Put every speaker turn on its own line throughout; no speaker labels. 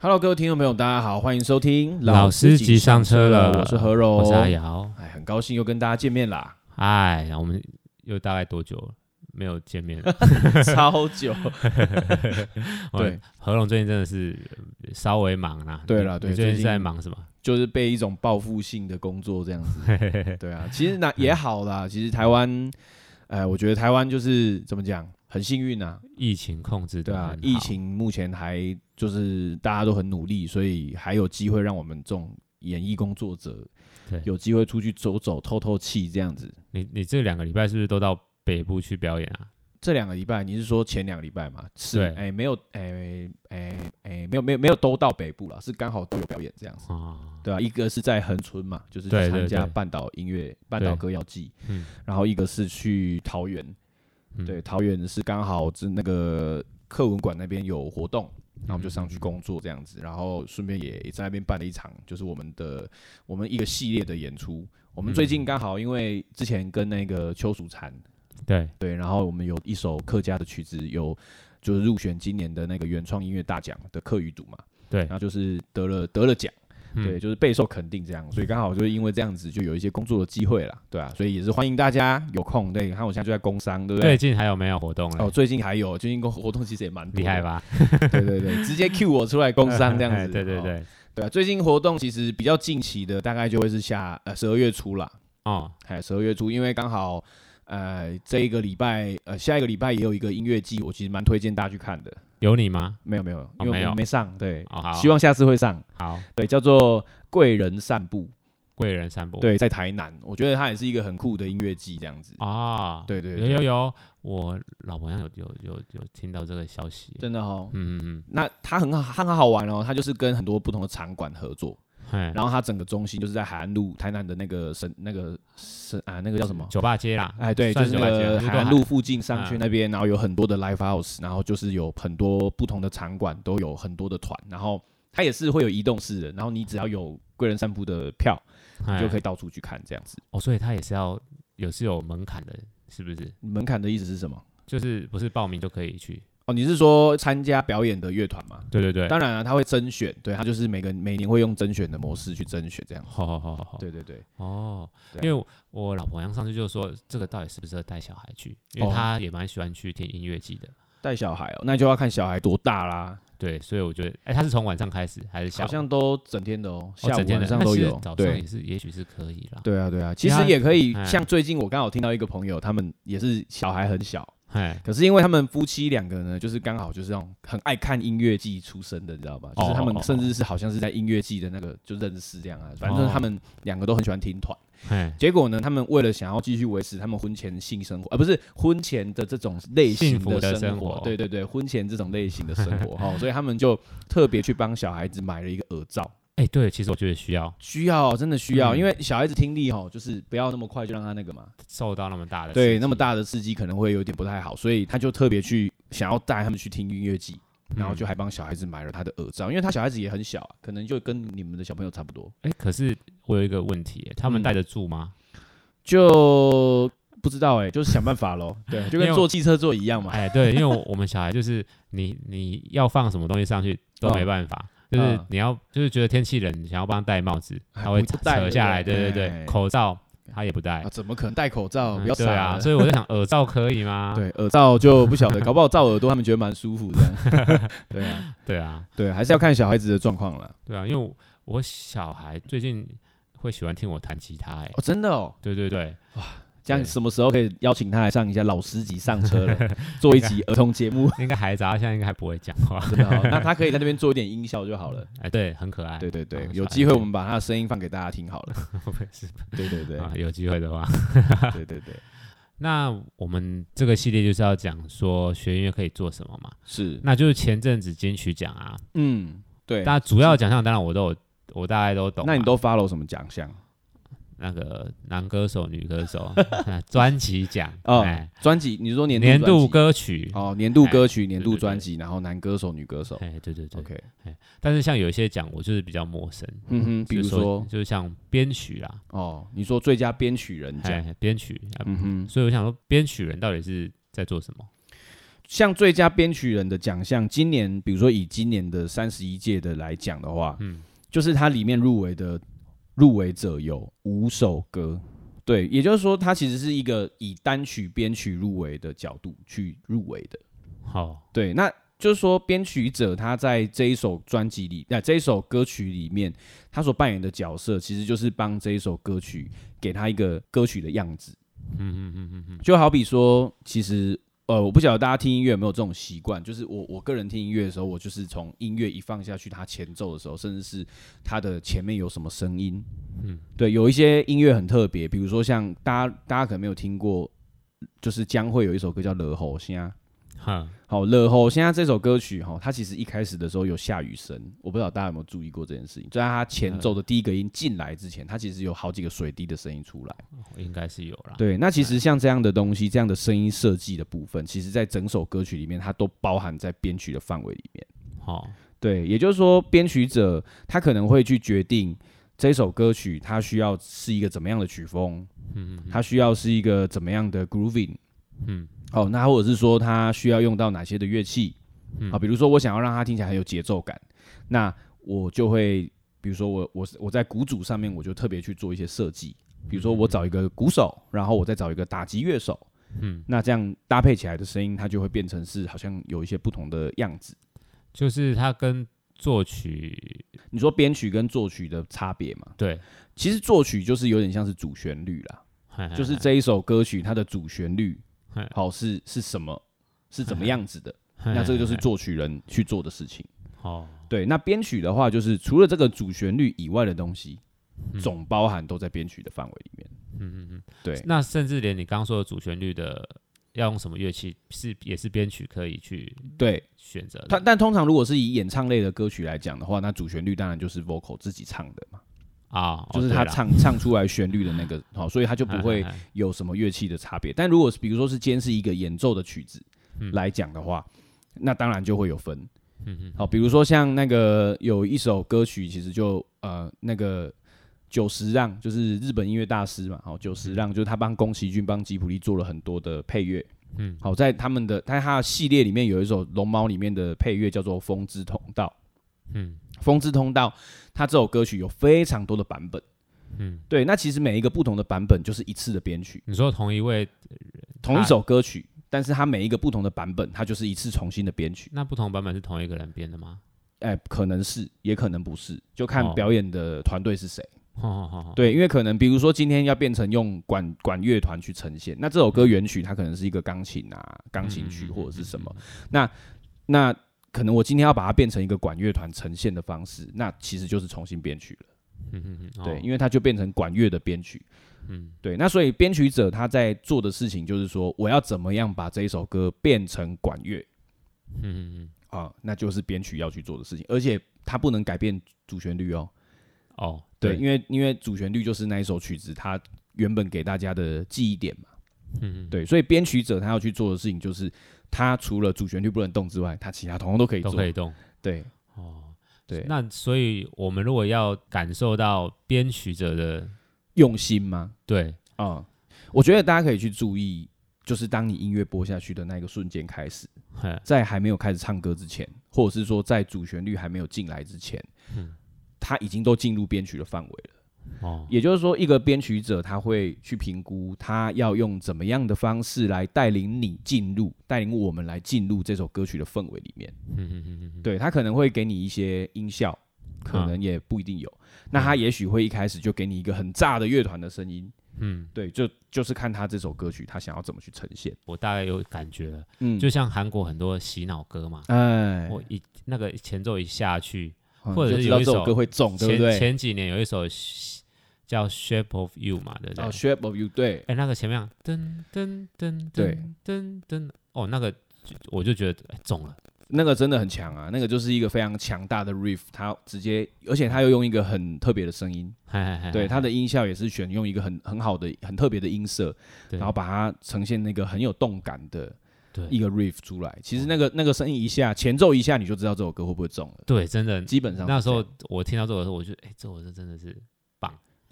Hello，各位听众朋友，大家好，欢迎收听
老司机上车了
我是何柔，
我是阿瑶。
哎，很高兴又跟大家见面 啦，
哎，我们又大概多久了没有见 面了？
超久，对，
何龙最近真的是呃稍微忙啦。
对
你
啦对
你最
最
近
近
是在忙什么？
就是被一种报复性的工作这样子， 对啊，其实那
嗯
也好啦，其实台湾，呃，我觉得台湾就是怎么讲，很幸运啊，
疫情控制
对
的
啊，疫情目前还就是大家都很努力，所以还有机会让我们这种演艺工作者
对
有机会出去走走、透透气这样子。
你你这两个礼拜是不是都到北部去表演啊？
这两个礼拜，你是说前两个礼拜吗？是，
对
哎，没有，哎，哎，哎，没有，没有，没有都到北部了，是刚好都有表演这样子，
哦，
对啊，一个是在恒春嘛，就是去
对
参
对
加
对
半岛音乐、半岛
对
歌谣季，
嗯
然后一个是去桃园，
嗯
对，桃园是刚好是那个客文馆那边有活动，然后我们就上
嗯
去工作这样子，然后顺便也也在那边办了一场，就是我们的我们一个系列的演出。我们最
嗯
近刚好因为之前跟那个邱淑婵
对，
对，然后我们有一首客家的曲子有。就是入选今年的那个原创音乐大奖的客语组嘛，
对
然后就是得了得了奖，
嗯
对，就是备受肯定这样，所以刚好就是因为这样子，就有一些工作的机会啦，对啊，所以也是欢迎大家有空，对，看我现在就在工商，对不对？
最近还有没有活动
哦，
了？
最近还有，最近工活动其实也蛮多的
厉害？吧？哎
对对对，直接 Q 我出来 工商这样子。
对对
哦，
对，
对啊，最近活动其实比较近期的，大概就会是下呃十二月初啦，
哦，
哎，十二月初，因为刚好呃这一个礼拜呃下一个礼拜也有一个音乐季，我其实蛮推荐大家去看的。
有你吗？
没有没有，因
哦没
为我
有
没上，对，
哦，好，
希望下次会上。
好，
对，叫做贵人散步。
贵人散步。
对，在台南，我觉得它也是一个很酷的音乐季这样子。
啊，
对对
有
对，
有有，我老婆好像有有有有听到这个消息。
真的哦。
嗯嗯
那它很好，它很好玩哦。它就是跟很多不同的场馆合作，
嗯，嘿
然后它整个中心就是在海岸路，台南的那个神那个神啊，那个叫什么？
酒吧街啦，
哎，对，就
算
是
酒
那
吧街啊
个
了就是
海岸
都
路附近上去
嗯
那边，然后有很多的 live house，然后就是有很多不同的场馆都有很多的团，然后它也是会有移动式的，然后你只要有贵人散步的票，
海，
你就可
以
以到处去看这样子。
哎哦，所以他也是要有是有门槛的，是不是？
门槛的意思是什么？
就是不是报名就可以去？
哦，你是说参加表演的乐团吗？
对对对，
当然啊了、他会甄选，对他就是每个每年会用甄选的模式去甄选这样。
好好好好好，
对对对，
哦，
对啊
因为我老婆好像上次就说这个到底适不适合带小孩去，因
哦
为她也蛮喜欢去听音乐季的。
带小孩哦，那就要看小孩多大啦，
对，所以我觉得，哎，他是从晚上开始还是下
好
午？
像都整天的哦，
哦
下
整
午
天的
晚上
那
都
其实
有。
早上
对
也是，也许是可以啦。
对啊对啊，其
因为
实
他
也可以，
嗯
像最近我刚好听到一个朋友，他们也是小孩很小，
哎，
可是因为他们夫妻两个呢，就是刚好就是那种很爱看音乐季出身的，你知道吧？就是他们
哦哦哦哦
甚至是好像是在音乐季的那个就认识这样啊，反正就是他们两个都很喜欢听团。
哎，
结果呢，他们为了想要继续维持他们婚前性生活，而、呃不是婚前的这种类型
幸福的
生
生活
对对对，婚前这种类型的生 活哈、所以他们就特别去帮小孩子买了一个耳罩，
哎，对，其实我觉得需要
需要真的需要，
嗯
因为小孩子听力哈、就是不要那么快就让他那个嘛，
受到那么大的刺
对，
激
那么，大的刺激可能会有点不太好，所以他就特别去想要带他们去听音乐季。然
嗯
后就还帮小孩子买了他的耳罩，因为他小孩子也很小、啊，可能就跟你们的小朋友差不多，
哎，可是我有一个问题，他们
嗯
带得住吗？
就不知道哎、就是想办法 喽。对，就
因
跟
为
坐汽车座一样嘛。
哎，对，因为我我们小孩就是你你要放什么东西上去都没办法，就是
嗯
你要就是觉得天气冷，想要帮他戴帽子，
哎
他会
不
扯
不戴
扯下来，
对
对
不对
对
哎
对，口罩他也不戴
啊，，怎么可能戴口罩？
嗯
不要傻
对啊，
了。
所以我在想耳罩可以吗？
对，耳罩就不晓得，搞不好罩耳朵他们觉得蛮舒 服的。对啊，
对啊，
对，还是要看小孩子的状况啦。
对啊，因为我我小孩最近会喜欢听我弹吉他，哎，
哦，真的哦，
对对对，
这样
对
什么时候可以邀请他来上一下老司机上车了， 做一集儿童节目？
应该孩子啊，现在应该还不会讲话，
真的哦， 那他可以在那边做一点音效就好了。
哎，对，很可爱，
对对对
啊，
有机会我们把他的声音放给大家听好 了。
是
对对 对，
啊，有机会的话，
对对对，
那我们这个系列就是要讲说学音乐可以做什么嘛？
是，
那就是前阵子金曲奖啊，
嗯，对。
大家主要奖项当然我都有，我大概都懂啊。
那你都 follow 什么奖项？
那个男歌手、女歌手 哎专辑奖
哦
哎，
专辑？你是说年
年
度专
度
辑
歌曲，哎
哦，年度歌曲、年
对
度
对对
专辑，然后男歌手、女歌手。
哎，对对对。
OK，
但是像有一些奖我就是比较陌生，
嗯哼，比如
就是
说
就是像编曲啦，哎
哦，你说最佳编曲人奖，
哎，编曲，啊
嗯哼，
所以我想说编曲人到底是在做什么？
像最佳编曲人的奖项，今年比如说以今年的三十一届的来讲的话，嗯，就是它里面入围的入围者有五首歌，对，也就是说它其实是一个以单曲编曲入围的角度去入围的，
好，
对，那就是说编曲者他在这一首专辑里，那、这一首歌曲里面，他所扮演的角色其实就是帮这一首歌曲给他一个歌曲的样子。嗯嗯嗯嗯嗯，就好比说，其实呃，我不晓得大家听音乐有没有这种习惯，就是我我个人听音乐的时候，我就是从音乐一放下去，它前奏的时候，甚至是它的前面有什么声音，嗯，对，有一些音乐很特别，比如说像大家大家可能没有听过，就是将会有一首歌叫《惹吼虾》。
哈，
好，乐后现在这首歌曲哈，它其实一开始的时候有下雨声，我不知道大家有没有注意过这件事情。就在它前奏的第一个音进来之前，它其实有好几个水滴的声音出来。
应该是有啦。
对，那其实像这样的东西，这样的声音设计的部分，其实在整首歌曲里面，它都包含在编曲的范围里面。
好，
对，也就是说，编曲者他可能会去决定这首歌曲它需要是一个怎么样的曲风，嗯，它需要是一个怎么样的 grooving，
嗯，
哦，那或者是说它需要用到哪些的乐器，啊、比如说我想要让它听起来很有节奏感，那我就会，比如说我我我在鼓组上面我就特别去做一些设计，比如说我找一个鼓手，然后我再找一个打击乐手。嗯，那这样搭配起来的声音，它就会变成是好像有一些不同的样子。
就是它跟作曲
你说编曲跟作曲的差别嘛？
对，
其实作曲就是有点像是主旋律啦，
嘿嘿
就是这一首歌曲它的主旋律
嘿，
好是是什么，是怎么样子的？
嘿
那这个就是
嘿
作曲人去做的事情。
嘿哦，
对，那编曲的话，就是除了这个主旋律以外的东西，
嗯
总包含都在编曲的范围里面。对
那甚至连你刚说的主旋律的要用什么乐器，是也是编曲可以去
对，
选择的。
它但通常如果是以演唱类的歌曲来讲的话，那主旋律当然就是 vocal 自己唱的嘛，
啊，
就是他唱 唱出来旋律的那个，好，所以他就
就
不会有什么乐器的差别。但如果是比如说是今天是一个演奏的曲子来讲的话，那当然就会有分。嗯好，比如说像那个有一首歌曲，其实就呃那个久石让，就是日本音乐大师嘛。好，久石让就是他帮宫崎骏、帮吉卜力做了很多的配乐。嗯，好，在他们的在他的系列里面有一首《龙猫》里面的配乐叫做《风之通道》。
嗯，
《风之通道》它这首歌曲有非常多的版本。
嗯，
对，那其实每一个不同的版本就是一次的编曲。
你说同一位，
同一首歌曲，但是它每一个不同的版本，它就是一次重新的编曲。
那不同版本是同一个人编的吗？
哎、可能是，也可能不是，就看
哦
表演的团队是谁。
哦哦哦，
对，因为可能比如说今天要变成用管管乐团去呈现，那这首歌原曲它可能是一个钢琴啊，钢琴
嗯
曲或者是什么，那那可能我今天要把它变成一个管乐团呈现的方式，那其实就是重新编曲了。
嗯嗯，
对，
哦
因为它就变成管乐的编曲。
嗯，
对，那所以编曲者他在做的事情就是说，我要怎么样把这一首歌变成管乐。
嗯嗯嗯，
啊，那就是编曲要去做的事情，而且它不能改变主旋律哦。
哦，
对，因为因为主旋律就是那一首曲子它原本给大家的记忆点嘛。
嗯嗯，
对，所以编曲者他要去做的事情就是，他除了主旋律不能动之外，他其他统统都可以
都
做。
可以动。
对，
哦，
对
那所以我们如果要感受到编曲者的
用心吗？
对，
啊、我觉得大家可以去注意，就是当你音乐播下去的那个瞬间开始，
嘿
在还没有开始唱歌之前，或者是说在主旋律还没有进来之前，他已经都进入编曲的范围了。
哦，
也就是说，一个编曲者他会去评估，他要用怎么样的方式来带领你进入，带领我们来进入这首歌曲的氛围里面。
嗯嗯嗯嗯嗯，
对他可能会给你一些音效，可
啊
能也不一定有。那他也许会一开始就给你一个很炸的乐团的声音，
嗯，
对，就就是看他这首歌曲他想要怎么去呈现。
我大概有感觉了，
嗯，
就像韩国很多洗脑歌嘛，
哎，
我一那个前奏一下去，
嗯
或者
就是知道
有一
这首
首
歌会中，对不
前
对？
前几年有一首叫《Shape of You》嘛，对不对
哦？，Shape of You，对，
哎，那个前面啊噔噔噔
对
噔噔噔，哦，那个就我就觉得哎中了，
那个真的很强啊，那个就是一个非常强大的 riff，它直接，而且它又用一个很特别的声音。
嘿嘿嘿
对，
嘿
它的音效也是选用一个很很好的、很特别的音色，
对
然后把它呈现那个很有动感的一
对哦
个 riff 出来。其实那个那个声音一下，前奏一下，你就知道这首歌会不会中了。
对，真的
基本上是
那时
这
候
样
我听到这首歌，我就哎，这首歌真的是，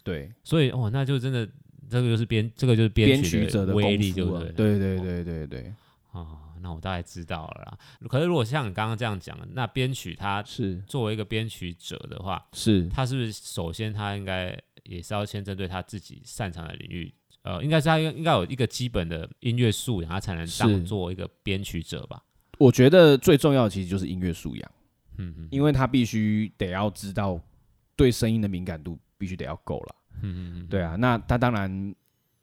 对
所以哦，那就真的这个就是编，这个就是
编
编
曲者的
威
功
力，对哦
夫
不
啊
对？，
对对对对对，
哦，那我大概知道了啦。可是如果像你刚刚这样讲，那编曲他
是
作为一个编曲者的话，
是
他是不是首先他应该也是要先针对他自己擅长的领域，呃，应该是他应该有一个基本的音乐素养，他才能
是
当做一个编曲者吧？
我觉得最重要的其实就是音乐素养，
嗯嗯
因为他必须得要知道对声音的敏感度必须得要够了。
嗯嗯
对啊，那他当然，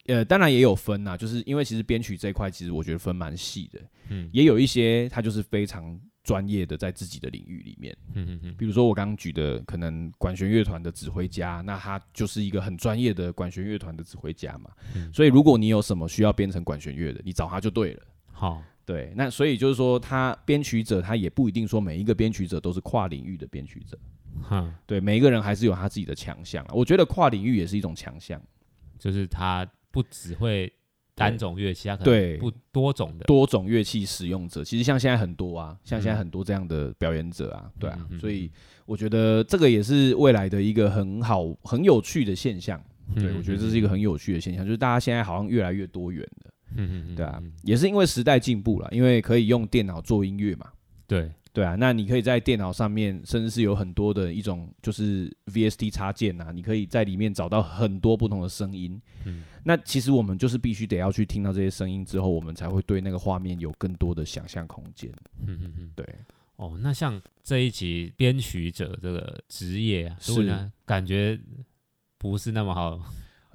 呃，当然也有分呐，就是因为其实编曲这一块，其实我觉得分蛮细的，
嗯
也有一些他就是非常专业的在自己的领域里面，
嗯嗯嗯
比如说我刚刚举的，可能管弦乐团的指挥家，那他就是一个很专业的管弦乐团的指挥家嘛，
嗯
所以如果你有什么需要编成管弦乐的，你找他就对了。
好，
对，那所以就是说，他编曲者他也不一定说每一个编曲者都是跨领域的编曲者，
哼，
对，每一个人还是有他自己的强项啊。我觉得跨领域也是一种强项，
就是他不只会单种乐器，他可
对
能嗯不多种的。
多种乐器使用者，其实像现在很多啊，像现在很多这样的表演者啊，对啊
嗯，嗯
所以我觉得这个也是未来的一个很好、很有趣的现象。对，
嗯
我觉得这是一个很有趣的现象，就是大家现在好像越来越多元了，
嗯嗯嗯，
对啊
嗯，
也是因为时代进步了，因为可以用电脑做音乐嘛，
对，
对啊，那你可以在电脑上面，甚至是有很多的一种就是 VST 插件啊，你可以在里面找到很多不同的声音。
嗯
那其实我们就是必须得要去听到这些声音之后，我们才会对那个画面有更多的想象空间。
嗯嗯嗯，
对，
哦，那像这一集编曲者这个职业啊，如果
是
呢感觉不是那么好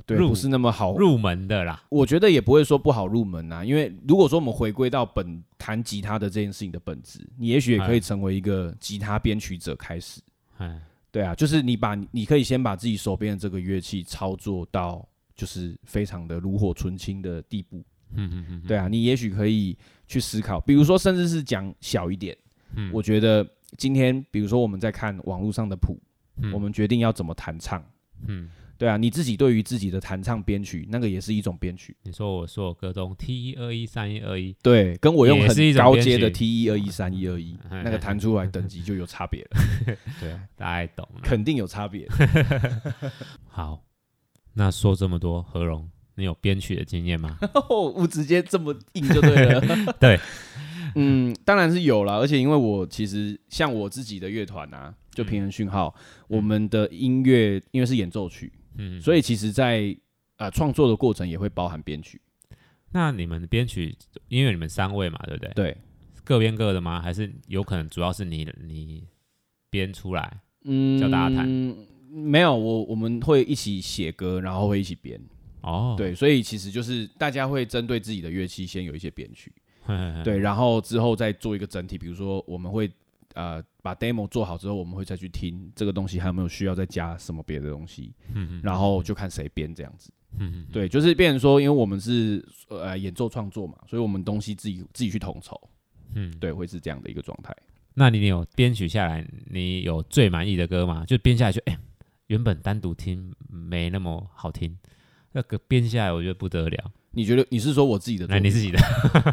对，
入
不是那么好
入门的啦，
我觉得也不会说不好入门啊，因为如果说我们回归到本弹吉他的这件事情的本质，你也许也可以
哎
成为一个吉他编曲者开始。
哎，
对啊，就是你把你可以先把自己手边的这个乐器操作到就是非常的炉火纯青的地步。
嗯嗯嗯，
对啊，你也许可以去思考，比如说甚至是讲小一点。
嗯
我觉得今天比如说我们在看网络上的谱，
嗯
我们决定要怎么弹唱。
嗯，
对啊，你自己对于自己的弹唱编曲，那个也是一种编曲。
你说我说我歌中 T 一二一三一二一，
对，跟我用
也是一
很
种
高
编
阶的
曲
T 一二一三一二一，
嗯
那个弹出来等级就有差别了。 对啊，
大概懂了。
肯定有差别。
好，那说这么多，何荣，你有编曲的经 验吗？
我哦直接这么硬就对了。
对，
嗯，当然是有啦，而且因为我其实像我自己的乐团啊，就平衡讯号，我们的音乐因为是演奏曲，
嗯，
所
以
以其实在呃创作的过程也会包含编曲。
那你们编曲，因为你们三位嘛，对不对？
对，
各编各的吗？还是有可能主要是你你编出来？
嗯，
叫大家弹
没有我，我们会一起写歌，然后会一起编。
哦，
对，所以其实就是大家会针对自己的乐器先有一些编曲，
嘿，嘿嘿
对，然后之后再做一个整体，比如说我们会呃把 demo 做好之后，我们会再去听这个东西还有没有需要再加什么别的东西，
嗯嗯
然后就看谁编这样子。
嗯嗯，
对，就是变成说，因为我们是呃演奏创作嘛，所以我们东西自己自己去统筹，
嗯，
对，会是这样的一个状态。
那你有编曲下来，你有最满意的歌吗？就编下来就，哎、原本单独听没那么好听，那个编下来我觉得不得了。
你觉得你是说我自己的作
那
品？
哎你自己的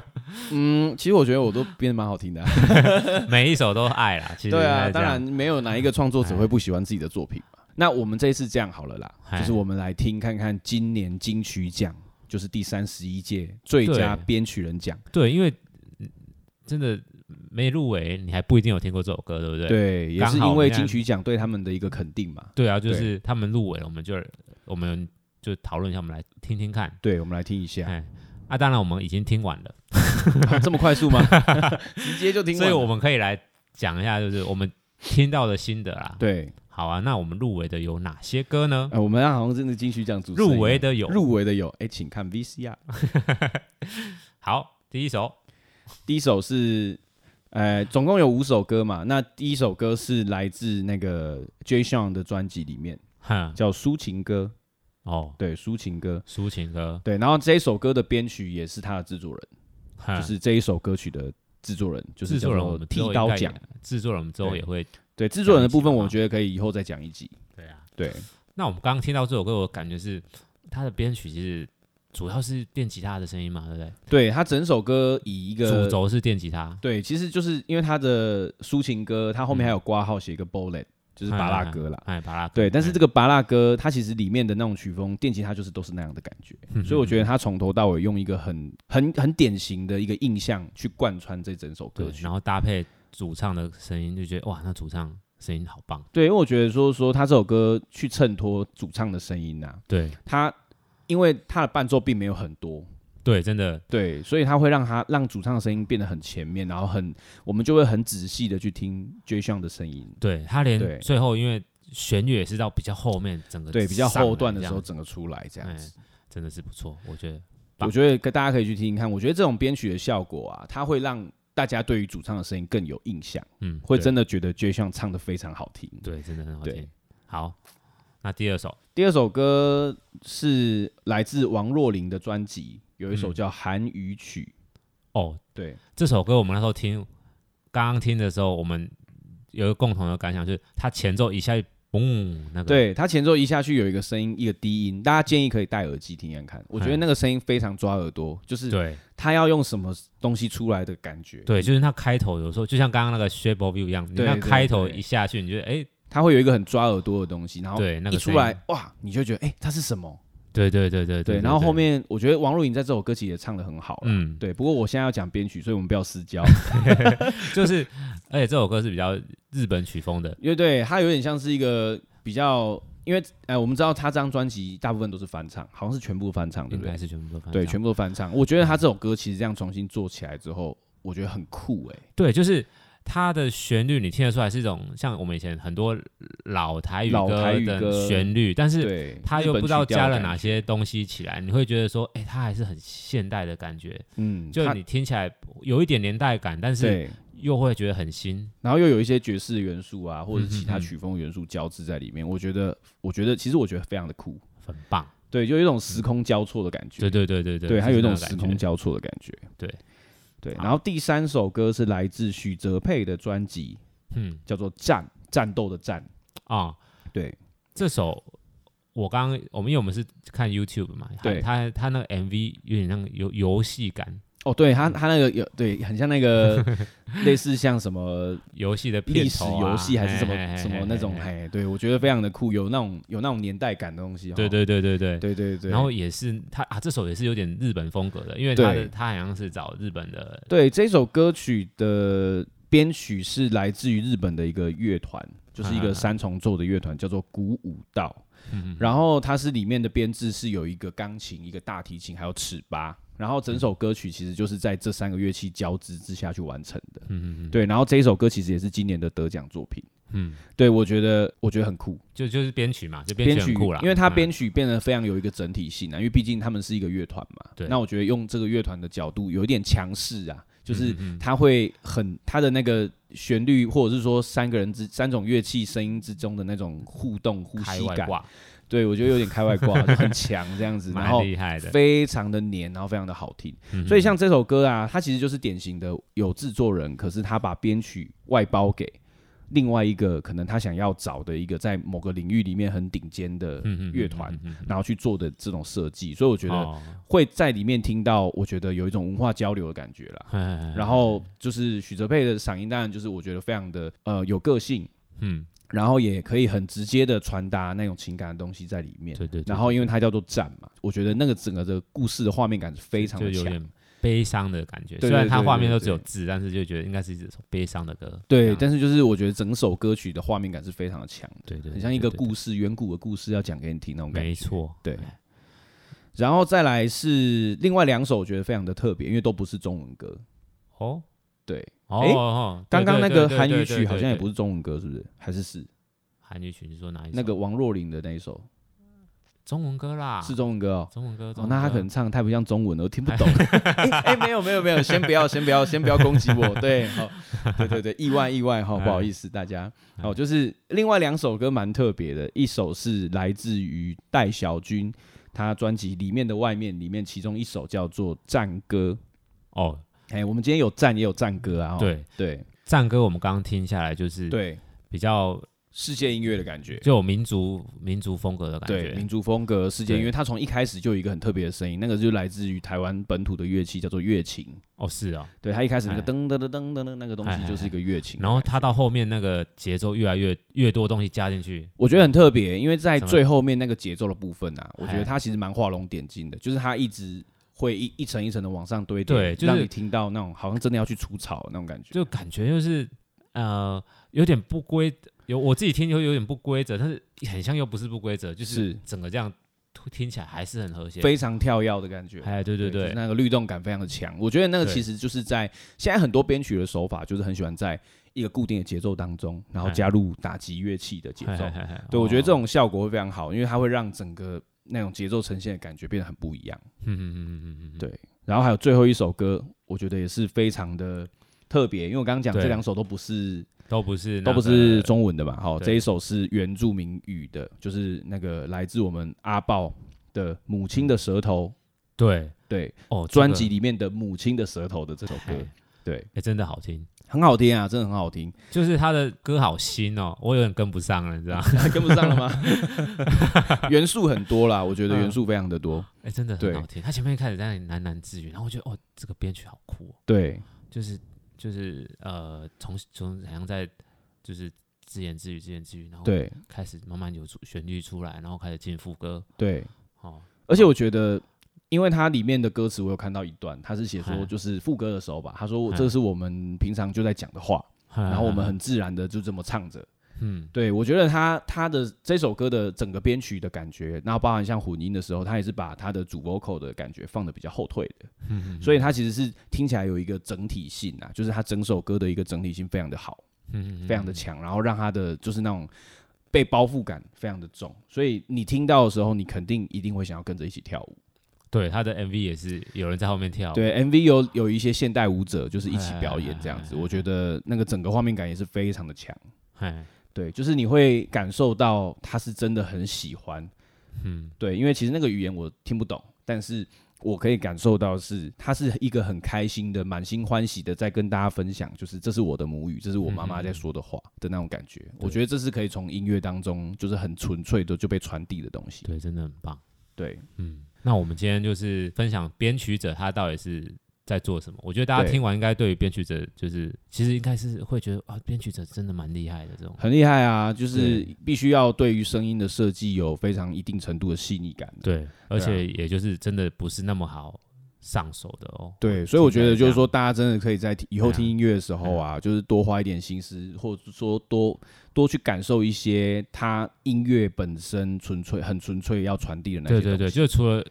嗯，其实我觉得我都编的蛮好听的啊、
每一首都爱啦，其实
对
应该
啊，
是这
当
样嗯
然，没有哪一个创作者会不喜欢自己的作品嘛。那我们这一次这样好了啦，
哎
就是我们来听看看今年金曲奖，就是第三十一届最佳
对
编曲人奖。
对，因为嗯真的没入围，你还不一定有听过这首歌，对不对？
对，也是
刚好
因为
你看
金曲奖对他们的一个肯定嘛。
对啊，就是他们入围了，我们就我们就讨论一下，我们来听听看。
对，我们来听一下，
哎，啊，当然我们已经听完了，
这么快速 吗？直接就听完
所
了。
以我们可以来讲一下，就是我们听到的心得啦。，
对，
好啊，那我们入围的有哪些歌呢？
呃，我们好像真的金曲奖主持人
入围的有，
呃入围的有，哎，请看 VCR。
好，第一首，
第一首是，呃，总共有五首歌嘛。那第一首歌是来自那个 J. Sean 的专辑里面，
哼，
叫《抒情歌》，
哦，
对，抒情歌，
抒情歌，
对。然后这一首歌的编曲也是他的制作人，
哼
就是这一首歌曲的制作人，就是
嗯制作人，我们之
剃
后
刀
应该
奖。
也，制作人我们之后
对
也会，
对，制作人的部分，
讲一集
我觉得可以以后再讲一集。
对啊。
对，
那我们刚刚听到这首歌，我感觉是它的编曲其实主要是电吉他的声音嘛，对不对？
对他整首歌以一
主
个
轴是电吉他，嗯
对，其实就是因为他的抒情歌，他后面还有挂号写一个 bullet，、就是巴拉歌啦。
哎，哎巴拉歌，
对，但是
哎
这个巴拉歌它其实里面的那种曲风，电吉他就是都是那样的感觉，
嗯
所以我觉得他从头到尾用一个很很很典型的一个印象去贯穿这整首歌
对，
曲
然。后搭配主唱的声音，就觉得哇，那主唱声音好棒，
对，因为我觉得说说他这首歌去衬托主唱的声音呐、
对
他因为他的伴奏并没有很多，
对，真的
对，所以他会让他让主唱的声音变得很前面，然后很我们就会很仔细的去听 J 项的声音，
对他
对
连最后因为弦乐也是到比较后面整个
对，比较
上来
后段的时
这样
候整个出来这样
哎
子。
真的是不错，我觉得棒
我觉得大家可以去听听看。我觉得这种编曲的效果啊，它会让大家对于主唱的声音更有印象，
嗯，
会
对
真的觉得 J 项唱的非常好听。
对，真的很好
对
听。好，那第二首，
第二首歌是来自王若琳的专辑，有一首
嗯
叫《韩语曲》。
哦，
对
这首歌我们那时候听，刚刚听的时候，我们有一个共同的感想，就是它前奏一下就嘣，那个
对，它前奏一下去有一个声音，一个低音，大家建议可以戴耳机听听看。我觉得那个声音非常抓耳朵，就是
对
它要用什么东西出来的感觉。
对，就是它开头有时候就像刚刚那个 Shape of You 一样，你
对
那
对
开头
对
一下去，你觉得哎，
它会有一个很抓耳朵的东西，然后
对，那
一
个
出
声音
来，哇，你就觉得哎、它是什么？
对对对对
对，然后后，面我觉得王若琳在这首歌其实也唱的很好了。
嗯，
对，不过我现在要讲编曲，所以我们不要私交，
就是，而且这首歌是比较日本曲风的，
因为对它有点像是一个比较，因为呃，我们知道他这张专辑大部分都是翻唱，好像是全部翻唱，对
应
不
该
对？
是全部都翻
对，
唱嗯
全部都翻唱。我觉得他这首歌其实这样重新做起来之后，我觉得很酷哎、
对，就是它的旋律，你听得出来是一种像我们以前很多老台语
老台
歌
语歌
的旋律，但是
对，
它
日
又
本
不知道
曲调的
加
感
了哪
觉，
些东西起来，你会觉得说，哎，它还是很现代的感觉，
嗯，
就
它
你听起来有一点年代感，但是
对，
又会觉得很新。
然后又有一些爵士元素啊，或者是其他
嗯嗯嗯
曲风元素交织在里面，我觉得，我觉得其实我觉得非常的酷，
很棒，
对，就有一种时空交错的感觉。
嗯对对对对对，
对，它
是
有一
那
种
个
时
感觉
空交错的感觉。
对，
对。
好
然后第三首歌是来自许哲佩的专辑，
嗯
叫做《战》，战斗的战。
啊、
对，
这首我刚刚我们因为我们是看 YouTube 嘛，它
对
它它那个 MV 有点像游游戏感，
哦，对，他他那个有对，很像那 个类似像什么
游戏的片
历史
头啊
游戏还是什么
嘿嘿嘿嘿
什么那种，
嘿嘿
哎，对我觉得非常的酷，有那种有那种年代感的东西哦。
对对对对对。
对对对，
然后也是它啊，这首也是有点日本风格的，因为它
对
的它好像是找日本的
对这首歌曲的编曲是来自于日本的一个乐团，就是一
嗯嗯
个
嗯
三重奏的乐团，叫做鼓舞道。然后它是里面的编制是有一个钢琴、一个大提琴，还有尺八。然后
嗯
整首歌曲其实就是在这三个乐器交织之下去完成的。
嗯嗯嗯
对，然后这一首歌其实也是今年的得奖作品。
嗯，
对，我觉得我觉得很酷，
就就是编曲嘛，就
编
曲很酷啦，
因为它
嗯
编曲变得非常有一个整体性啊，因为毕竟他们是一个乐团嘛。
对
那我觉得用这个乐团的角度有一点强势啊，就是
嗯嗯嗯
它会很它的那个旋律，或者是说三个人之三种乐器声音之中的那种互动呼
开
吸
外
感，
挂，
对我觉得有点开外挂，就很强这样子，然
蛮
后
厉害的。
非常的黏，然后非常的好听。
嗯
所以像这首歌啊，它其实就是典型的有制作人，可是他把编曲外包给另外一个可能他想要找的一个在某个领域里面很顶尖的
嗯嗯嗯
乐团
嗯，嗯嗯
然后去做的这种设计，所以我觉得
哦
会在里面听到，我觉得有一种文化交流的感觉啦。
嘿嘿嘿
然后就是许哲佩的嗓音，当然就是我觉得非常的呃有个性，
嗯，
然后也可以很直接的传达那种情感的东西在里面。
对对，对
然后因为它叫做战嘛，我觉得那个整个的故事的画面感是非常
就
的
有
强。
点悲伤的感觉。
对
虽然
对
它
对
画面
对
都只有
对
字，但是就觉得应该是一首悲伤的歌。
对，
这样
但是就是我觉得整首歌曲的画面感是非常的强的，
对对，
很像一个
故，
故事远古的故事要讲给你听那种感
没
觉。
错，
对
哎，
然后再来是另外两首，我觉得非常的特别，因为都不是中文歌。
哦
对，
哦
诶
哦，
刚刚那个韩语
语
曲好像也不
是
是中文歌，是不是？还是是
韩语曲，你说哪一首？
那个王若琳的那一首
中文歌啦，
是中文歌哦。
中文歌。中
哦，
文
那他
歌
可能唱得太不像中文了，我听不懂。哎、哎没有没有没有，先不要先不要先不要攻击 我。对，好、对对对，意外意外
哎
哈、不好意思大家。哦，就是另外两首歌蛮特别的，一首是来自于戴小军他专辑里面的外面里面其中一首叫做《战歌》。
哦，
哎，我们今天有战也有战歌啊。哦
对，
对
战歌我们刚刚听下来就是
对
比较
世界音乐的感觉，
就有民族民族风格的感
对
觉
民。族风格世界音乐，
对
它从一开始就有一个很特别的声音，那个就来自于台湾本土的乐器，叫做乐琴。
哦，是哦。
对，它一开始那个
哎
噔噔噔噔噔噔那个东
哎
西
哎
就是一个乐琴的感觉。
然后它到后面那个节奏越来越越多东西加进去，
我觉得很特别，因为在
什么
最后面那个节奏的部分啊，我觉得
哎
它其实蛮画龙点睛的，就是它一直会一一层一层的往上堆叠，
对就是
让你听到那种好像真的要去除草那种感觉。
就感觉就是呃有点不规，有我自己听就有点不规则，但是很像又不是不规则，就是
是
整个这样突听起来还是很和谐。
非常跳跃的感觉，
哎，对对
就
对
是，那个律动感非常的强。我觉得那个
对
其实就是在现在很多编曲的手法，就是很喜欢在一个固定的节奏当中，然后
哎
加入打击乐器的节奏
嘿。嘿嘿嘿
对，我觉得这
哦
种效果会非常好，因为它会让整个那种节奏呈现的感觉变得很不一样。
嗯嗯嗯嗯嗯嗯，
对然后还有最后一首歌，我觉得也是非常的特别，因为我刚刚讲
对
这两首都不是
都不是
都
那
不是
个
中文的嘛，好，
对
这一首是原住民语的，就是那个来自我们阿豹的《母亲的舌头》，
对
对，
哦，这
专
个
辑里面的《母亲的舌头》的这首歌
嘿，
对，
哎真的好听，
很好听啊，真的很好听，
就是他的歌好新哦，我有点跟不上了，你知道吗？
跟不上了 吗？元素很多啦，我觉
嗯
得元素非常的多，
哎，真的
对
很好听。他前面一开始在那里喃喃自语，然后我觉得哦，这个编曲好酷哦，
对，
就是就是呃，从从好像在就是自言自语自言自语，然后
对，
开始慢慢有出旋律出来，然后开始进副歌
对，
哦，
而且我觉得，因为它里面的歌词我有看到一段，他是写说
嗨
就是副歌的时候吧，他说
嗨
这是我们平常就在讲的话，
然
然后我们很自然的就这么唱着。
嗯
对我觉得他他的这首歌的整个编曲的感觉，然后包含像混音的时候，他也是把他的主 vocal 的感觉放的比较后退的，
嗯，
所以它其实是听起来有一个整体性啊，就是它整首歌的一个整体性非常的好。
嗯
非常的强，然后让他的就是那种被包覆感非常的重，所以你听到的时候，你肯定一定会想要跟着一起跳舞。
对他的 MV 也是有人在后面跳，
对，MV 有有一些现代舞者就是一起表演这样子，
哎哎哎哎
我觉得那个整个画面感也是非常的强。
哎，
对，就是你会感受到他是真的很喜欢。
嗯
对，因为其实那个语言我听不懂，但是我可以感受到是他是一个很开心的、满心欢喜的在跟大家分享，就是这是我的母语，这是我妈
嗯
妈在说的话的那种感觉。我觉得这是可以从音乐当中就是很纯粹的就被传递的东西。
对，真的很棒。
对，
嗯，那我们今天就是分享编曲者他到底是在做什么。我觉得大家
对
听完应该对于编曲者就是其实应该是会觉得啊，编曲者真的蛮厉害的这种。
很厉害啊，就是必须要对于声音的设计有非常一定程度的细腻感的。
对，而且也就是真的不是那么好上手的哦。
对，所以我觉得就是
听起来这
说，
样
大家真的可以在听以后听音乐的时候啊，就是多花一点心思，或者说多多去感受一些它音乐本身纯粹、很纯粹要传递的那些
对
东
对
西。
对，就是除了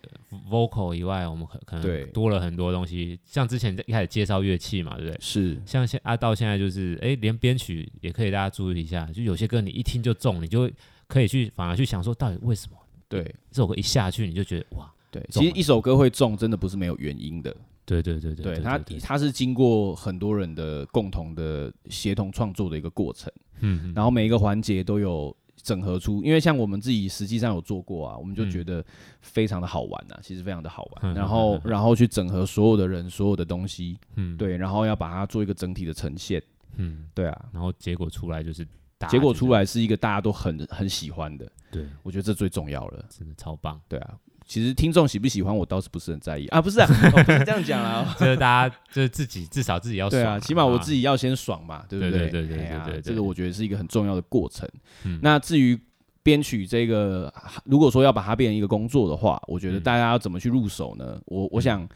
vocal 以外，我们可可
对
能多了很多东西，像之前一开始介绍乐器嘛，对不对？
是，
像现啊，到现在就是，哎，连编曲也可以大家注意一下，就有些歌你一听就中，你就可以去反而去想说，到底为什么
对
这首歌一下去你就觉得哇，
对。
中
其实
了
一首歌会中，真的不是没有原因的。
对对对对
对
对
它
对，
它是经过很多人的共同的协同创作的一个过程，
嗯，
然后每一个环节都有。整合出，因为像我们自己实际上有做过啊，我们就
嗯
觉得非常的好玩啊，其实非常的好玩。
嗯
然后，
嗯嗯嗯
然后去整合所有的人、所有的东西，
嗯，
对，然后要把它做一个整体的呈现，
嗯，
对啊，
然后结果出来就是大家
结果
觉
出
得，
来是一个大家都很很喜欢的，
对，
我觉得这最重要了，
真的超棒，，
对啊，其实听众喜不喜欢我倒是不是很在意啊，不是啊，哦、不是这样讲啦
就是大家就是自己至少自己要
对
爽
啊，起码我自
己
己要先爽嘛，对不
对
对
对对对
哎呀
对对对
这个我觉得是一个很重要的过程。
嗯
那至于编曲这个，如果说要把它变成一个工作的话，我觉得
嗯
大家要怎么去入手呢？我我想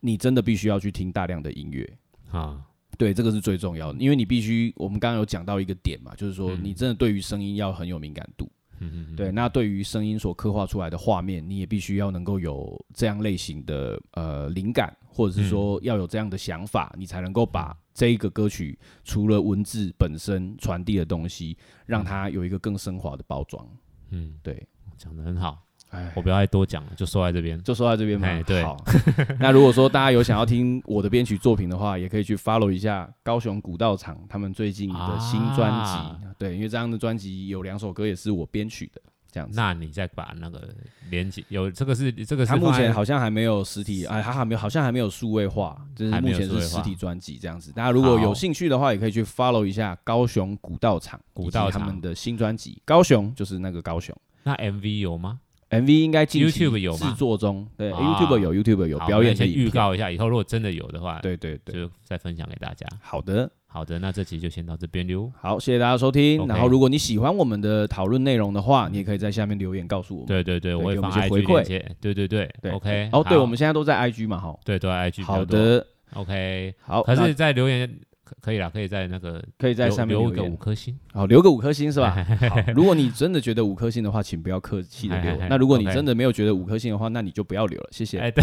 你真的必须要去听大量的音乐，
啊，
对，这个是最重要的，因为你必须，我们刚刚有讲到一个点嘛，就是说
嗯
你真的对于声音要很有敏感度，
嗯嗯，嗯
对，那对于声音所刻画出来的画面，你也必须要能够有这样类型的呃灵感，或者是说
嗯
要有这样的想法，你才能够把这一个歌曲除了文字本身传递的东西，让它有一个更升华的包装。
嗯，
对，
讲的很好，
哎
我，不要再多讲了，就说在这边。
就说到这边嘛
哎。对
好， 那如果说大家有想要听我的编曲作品的话，也可以去 follow 一下高雄古道场他们最近的新专辑。
啊
对，因为这张的专辑有两首歌也是我编曲的，这样子。
那你再把那个连接有这个是这个是
他目
放在
前好像还没有实体，哎，他还没有，好像还没有数位化，就是
还没
目
有
前
数
是
位
实
化
体专辑这样子。大家如果有
好
兴趣的话，也可以去 follow 一下高雄古道场，
古道
以及他们
场
的新专辑。高雄就是那个高雄
那 MV 有吗？
MV 应该近期
YouTube 有吗
制作中，对哎
啊
，YouTube 有 YouTube 有
好
表
那
演的
先
影
预
片，
告一下，以后如果真的有的话，，
对对对，
就再分享给大家。
好的。
好的，那这期就先到这边溜。
好，谢谢大家收听。
OK
然后，如果你喜欢我们的讨论内容的话，你也可以在下面留言告诉我们。
对对对，我会
给我
放
们一些回
IG
馈
链接。对对对
对
，OK。
哦，对，
好
我们现在都在 IG 嘛，哈。
对都在 IG 比
好
较多
的，
，OK。
好，
可
那
是，在留言可可以啦，可以在那个
可以在
留
上面
留
留
一个五
言，
颗星，
好，留个五颗星是吧？好，如果你真的觉得五颗星的话，请不要客气的
哎哎
留。
哎
那如果你
OK
真的没有觉得五颗星的话，那你就不要留了，谢谢。
哎， 对，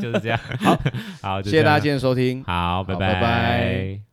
就是这样。好，好，
谢谢
就这样
大家今天的收听。
好，拜
好拜拜
拜。